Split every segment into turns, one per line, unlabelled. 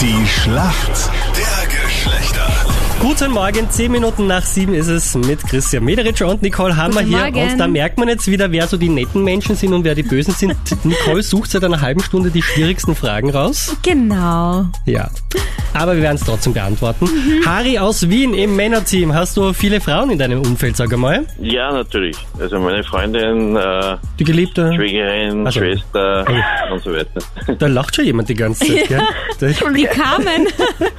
Die Schlacht der Geschlechter.
Guten Morgen, 10 Minuten nach 7 ist es mit Christian Mederitscher und Nicole Hammer
Guten
hier.
Morgen.
Und da merkt man jetzt wieder, wer so die netten Menschen sind und wer die Bösen sind. Nicole sucht seit einer halben Stunde die schwierigsten Fragen raus.
Genau.
Ja. Aber wir werden es trotzdem beantworten.
Mhm.
Harry aus Wien im Männerteam. Hast du viele Frauen in deinem Umfeld, sag einmal?
Ja, natürlich. Also meine Freundin, äh,
Die Geliebte.
Schwägerin,
Also.
Schwester und so weiter.
Da lacht schon jemand die ganze Zeit, gell? Das-
Die Carmen.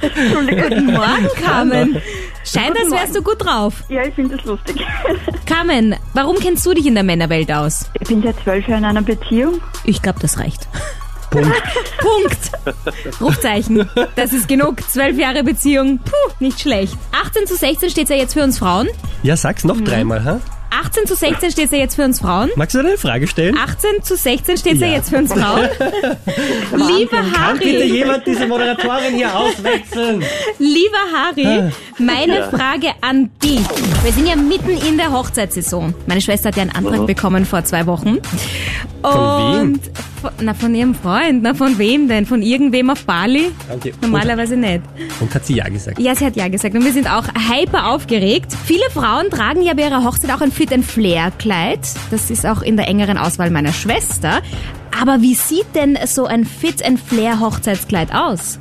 Guten Morgen, Carmen. Scheint, als wärst du gut drauf.
Ja, ich finde das lustig.
Carmen, warum kennst du dich in der Männerwelt aus?
Ich bin seit zwölf Jahren in einer Beziehung.
Ich glaube, das reicht. Punkt. Punkt. Rufzeichen. Das ist genug. Zwölf Jahre Beziehung. Puh, nicht schlecht. 18 zu 16 steht ja jetzt für uns Frauen.
Ja, sag's
Mhm.
noch dreimal, ha?
18 zu 16 steht ja jetzt für uns Frauen.
Magst du eine Frage stellen?
18 zu 16 steht ja
Ja.
jetzt für uns Frauen. Lieber
Kann bitte
Ah, Harry,
jemand diese Moderatorin hier auswechseln?
lieber
Äh.
Harry, meine Frage an dich. Wir sind ja mitten in der Hochzeitssaison. Meine Schwester hat ja einen Antrag bekommen vor zwei Wochen.
Von wem?
Und von, na, von ihrem Freund. Na, von wem denn? Von irgendwem auf Bali?
Okay.
Normalerweise nicht.
Und hat sie ja gesagt.
Ja, sie hat ja gesagt und wir sind auch hyper aufgeregt. Viele Frauen tragen ja bei ihrer Hochzeit auch ein Fit and Flair Kleid. Das ist auch in der engeren Auswahl meiner Schwester. Aber wie sieht denn so ein Fit and Flair Hochzeitskleid aus?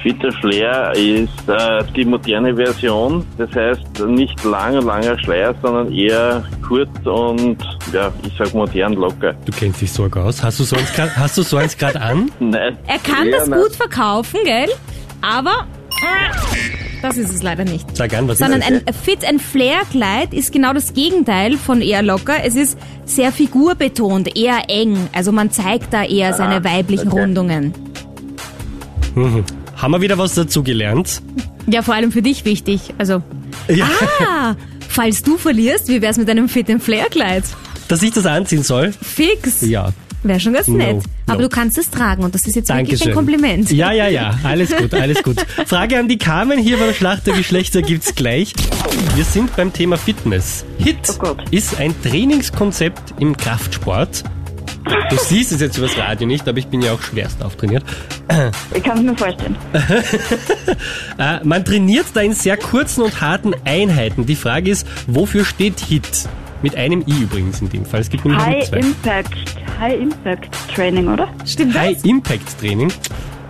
Peter Flair ist äh, die moderne Version. Das heißt, nicht lang, langer Schleier, sondern eher kurz und, ja, ich sag modern locker.
Du kennst dich so aus. Hast du so eins grad- hast du so eins gerade an?
Nein.
Er kann
eher
das
nein.
gut verkaufen, gell? Aber äh, das ist es leider nicht.
Sag an, was
Sondern
ist das?
ein Fit and Flair Kleid ist genau das Gegenteil von eher locker. Es ist sehr figurbetont, eher eng. Also man zeigt da
Ah,
eher seine weiblichen
okay.
Rundungen.
Haben wir wieder was dazugelernt?
Ja, vor allem für dich wichtig. Also
Ja,
Ah, falls du verlierst, wie wär's mit einem Fit and Flair Kleid?
dass ich das anziehen soll?
Fix.
Ja.
Wär schon ganz
No,
nett. Aber
no.
du kannst es tragen und das ist jetzt wirklich
Dankeschön.
ein Kompliment.
Ja, ja, ja. Alles gut, alles gut. Frage an die Carmen hier beim Schlacht der Geschlechter gibt's gleich. Wir sind beim Thema Fitness. HIT
Oh Gott.
ist ein Trainingskonzept im Kraftsport. Du siehst es jetzt übers Radio nicht, aber ich bin ja auch schwerst auftrainiert.
Ich kann es mir vorstellen.
Äh, man trainiert da in sehr kurzen und harten Einheiten. Die Frage ist, wofür steht HIT? Mit einem I übrigens in dem Fall. Es gibt nämlich nur
High
zwei.
Impact, High Impact Training, oder?
Stimmt
High
das?
Impact Training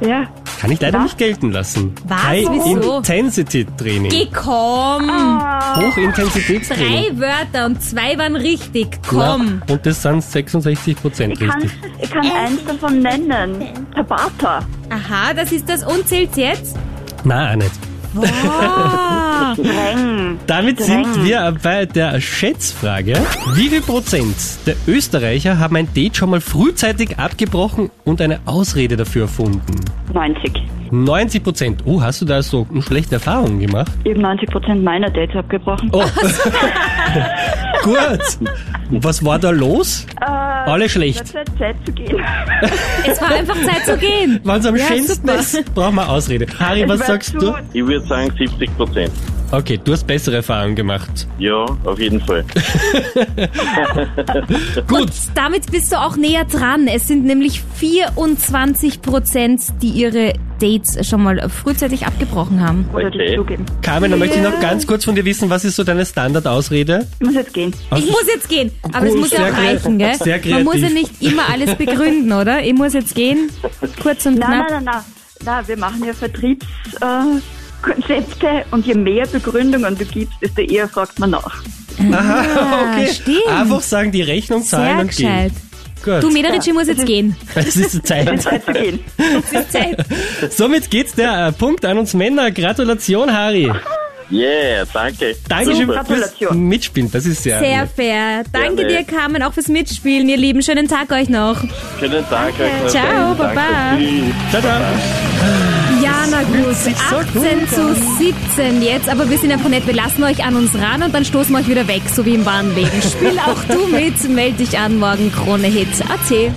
Ja.
kann ich leider
Was?
nicht gelten lassen.
Was?
High
Wieso?
Intensity Training.
Gekommen.
Hochintensitätstraining.
Drei Wörter und zwei waren richtig. Komm.
Na, und das sind 66 Prozent
Ich kann,
richtig.
ich kann eins davon nennen. Tabata.
Aha, das ist das und zählt's jetzt?
Nein, auch nicht.
Wow.
Drängen.
Damit sind wir bei der Schätzfrage. Wie viel Prozent der Österreicher haben ein Date schon mal frühzeitig abgebrochen und eine Ausrede dafür erfunden?
90.
90 Prozent. Oh, hast du da so eine schlechte Erfahrung gemacht?
Ich habe 90 Prozent meiner Dates abgebrochen.
Oh. Gut. Was war da los?
Äh,
Alle
Es
schlecht.
wird Zeit zu gehen.
es war einfach Zeit zu gehen.
Wenn es am
Ja,
schönsten
super.
ist, brauchen wir Ausrede. Harry,
Es
was
wird
sagst
zu-
du?
Ich würde sagen 70 Prozent.
Okay, du hast bessere Erfahrungen gemacht.
Ja, auf jeden Fall.
Gut.
Damit bist du auch näher dran. Es sind nämlich 24 Prozent, die ihre Dates schon mal frühzeitig abgebrochen haben.
Oder das
Okay.
zugeben.
Carmen, da möchte ich noch ganz kurz von dir wissen, was ist so deine Standardausrede?
Ich muss jetzt gehen.
Ich muss jetzt gehen. Aber es
Also Gut,
muss ja
sehr
auch
kre-
reichen, gell?
sehr
Man muss ja
kreativ.
nicht immer alles begründen, oder? Ich muss jetzt gehen. Kurz und
Nein,
knapp.
nein, nein, nein. Nein, wir machen ja Vertriebskonzepte äh, Konzepte und je mehr Begründungen du gibst, desto eher fragt man nach.
Aha, okay.
Ah, stimmt.
Einfach sagen, die Rechnung zahlen
Sehr
und gehen.
gescheit.
Gut.
Du, Mederic, ich muss jetzt gehen.
es ist Zeit.
Zeit zu gehen.
Es ist Zeit.
Somit geht's der äh, Punkt an uns Männer. Gratulation, Harry.
Yeah, danke.
Dankeschön
Super.
fürs
Gratulation.
Mitspielen. Das ist sehr.
Sehr fair. Danke dir,
nett.
Carmen, auch fürs Mitspielen, ihr Lieben. Schönen Tag euch noch.
Schönen Tag. euch noch.
Ciao,
Danke.
Baba.
Tschüss.
Ciao, ciao.
Ja, na gut.
sich so
18 zu 17 jetzt, aber wir sind einfach nett. Wir lassen euch an uns ran und dann stoßen wir euch wieder weg, so wie im wahren Leben. Spiel auch du mit, melde dich an, morgen Krone Hit. AT.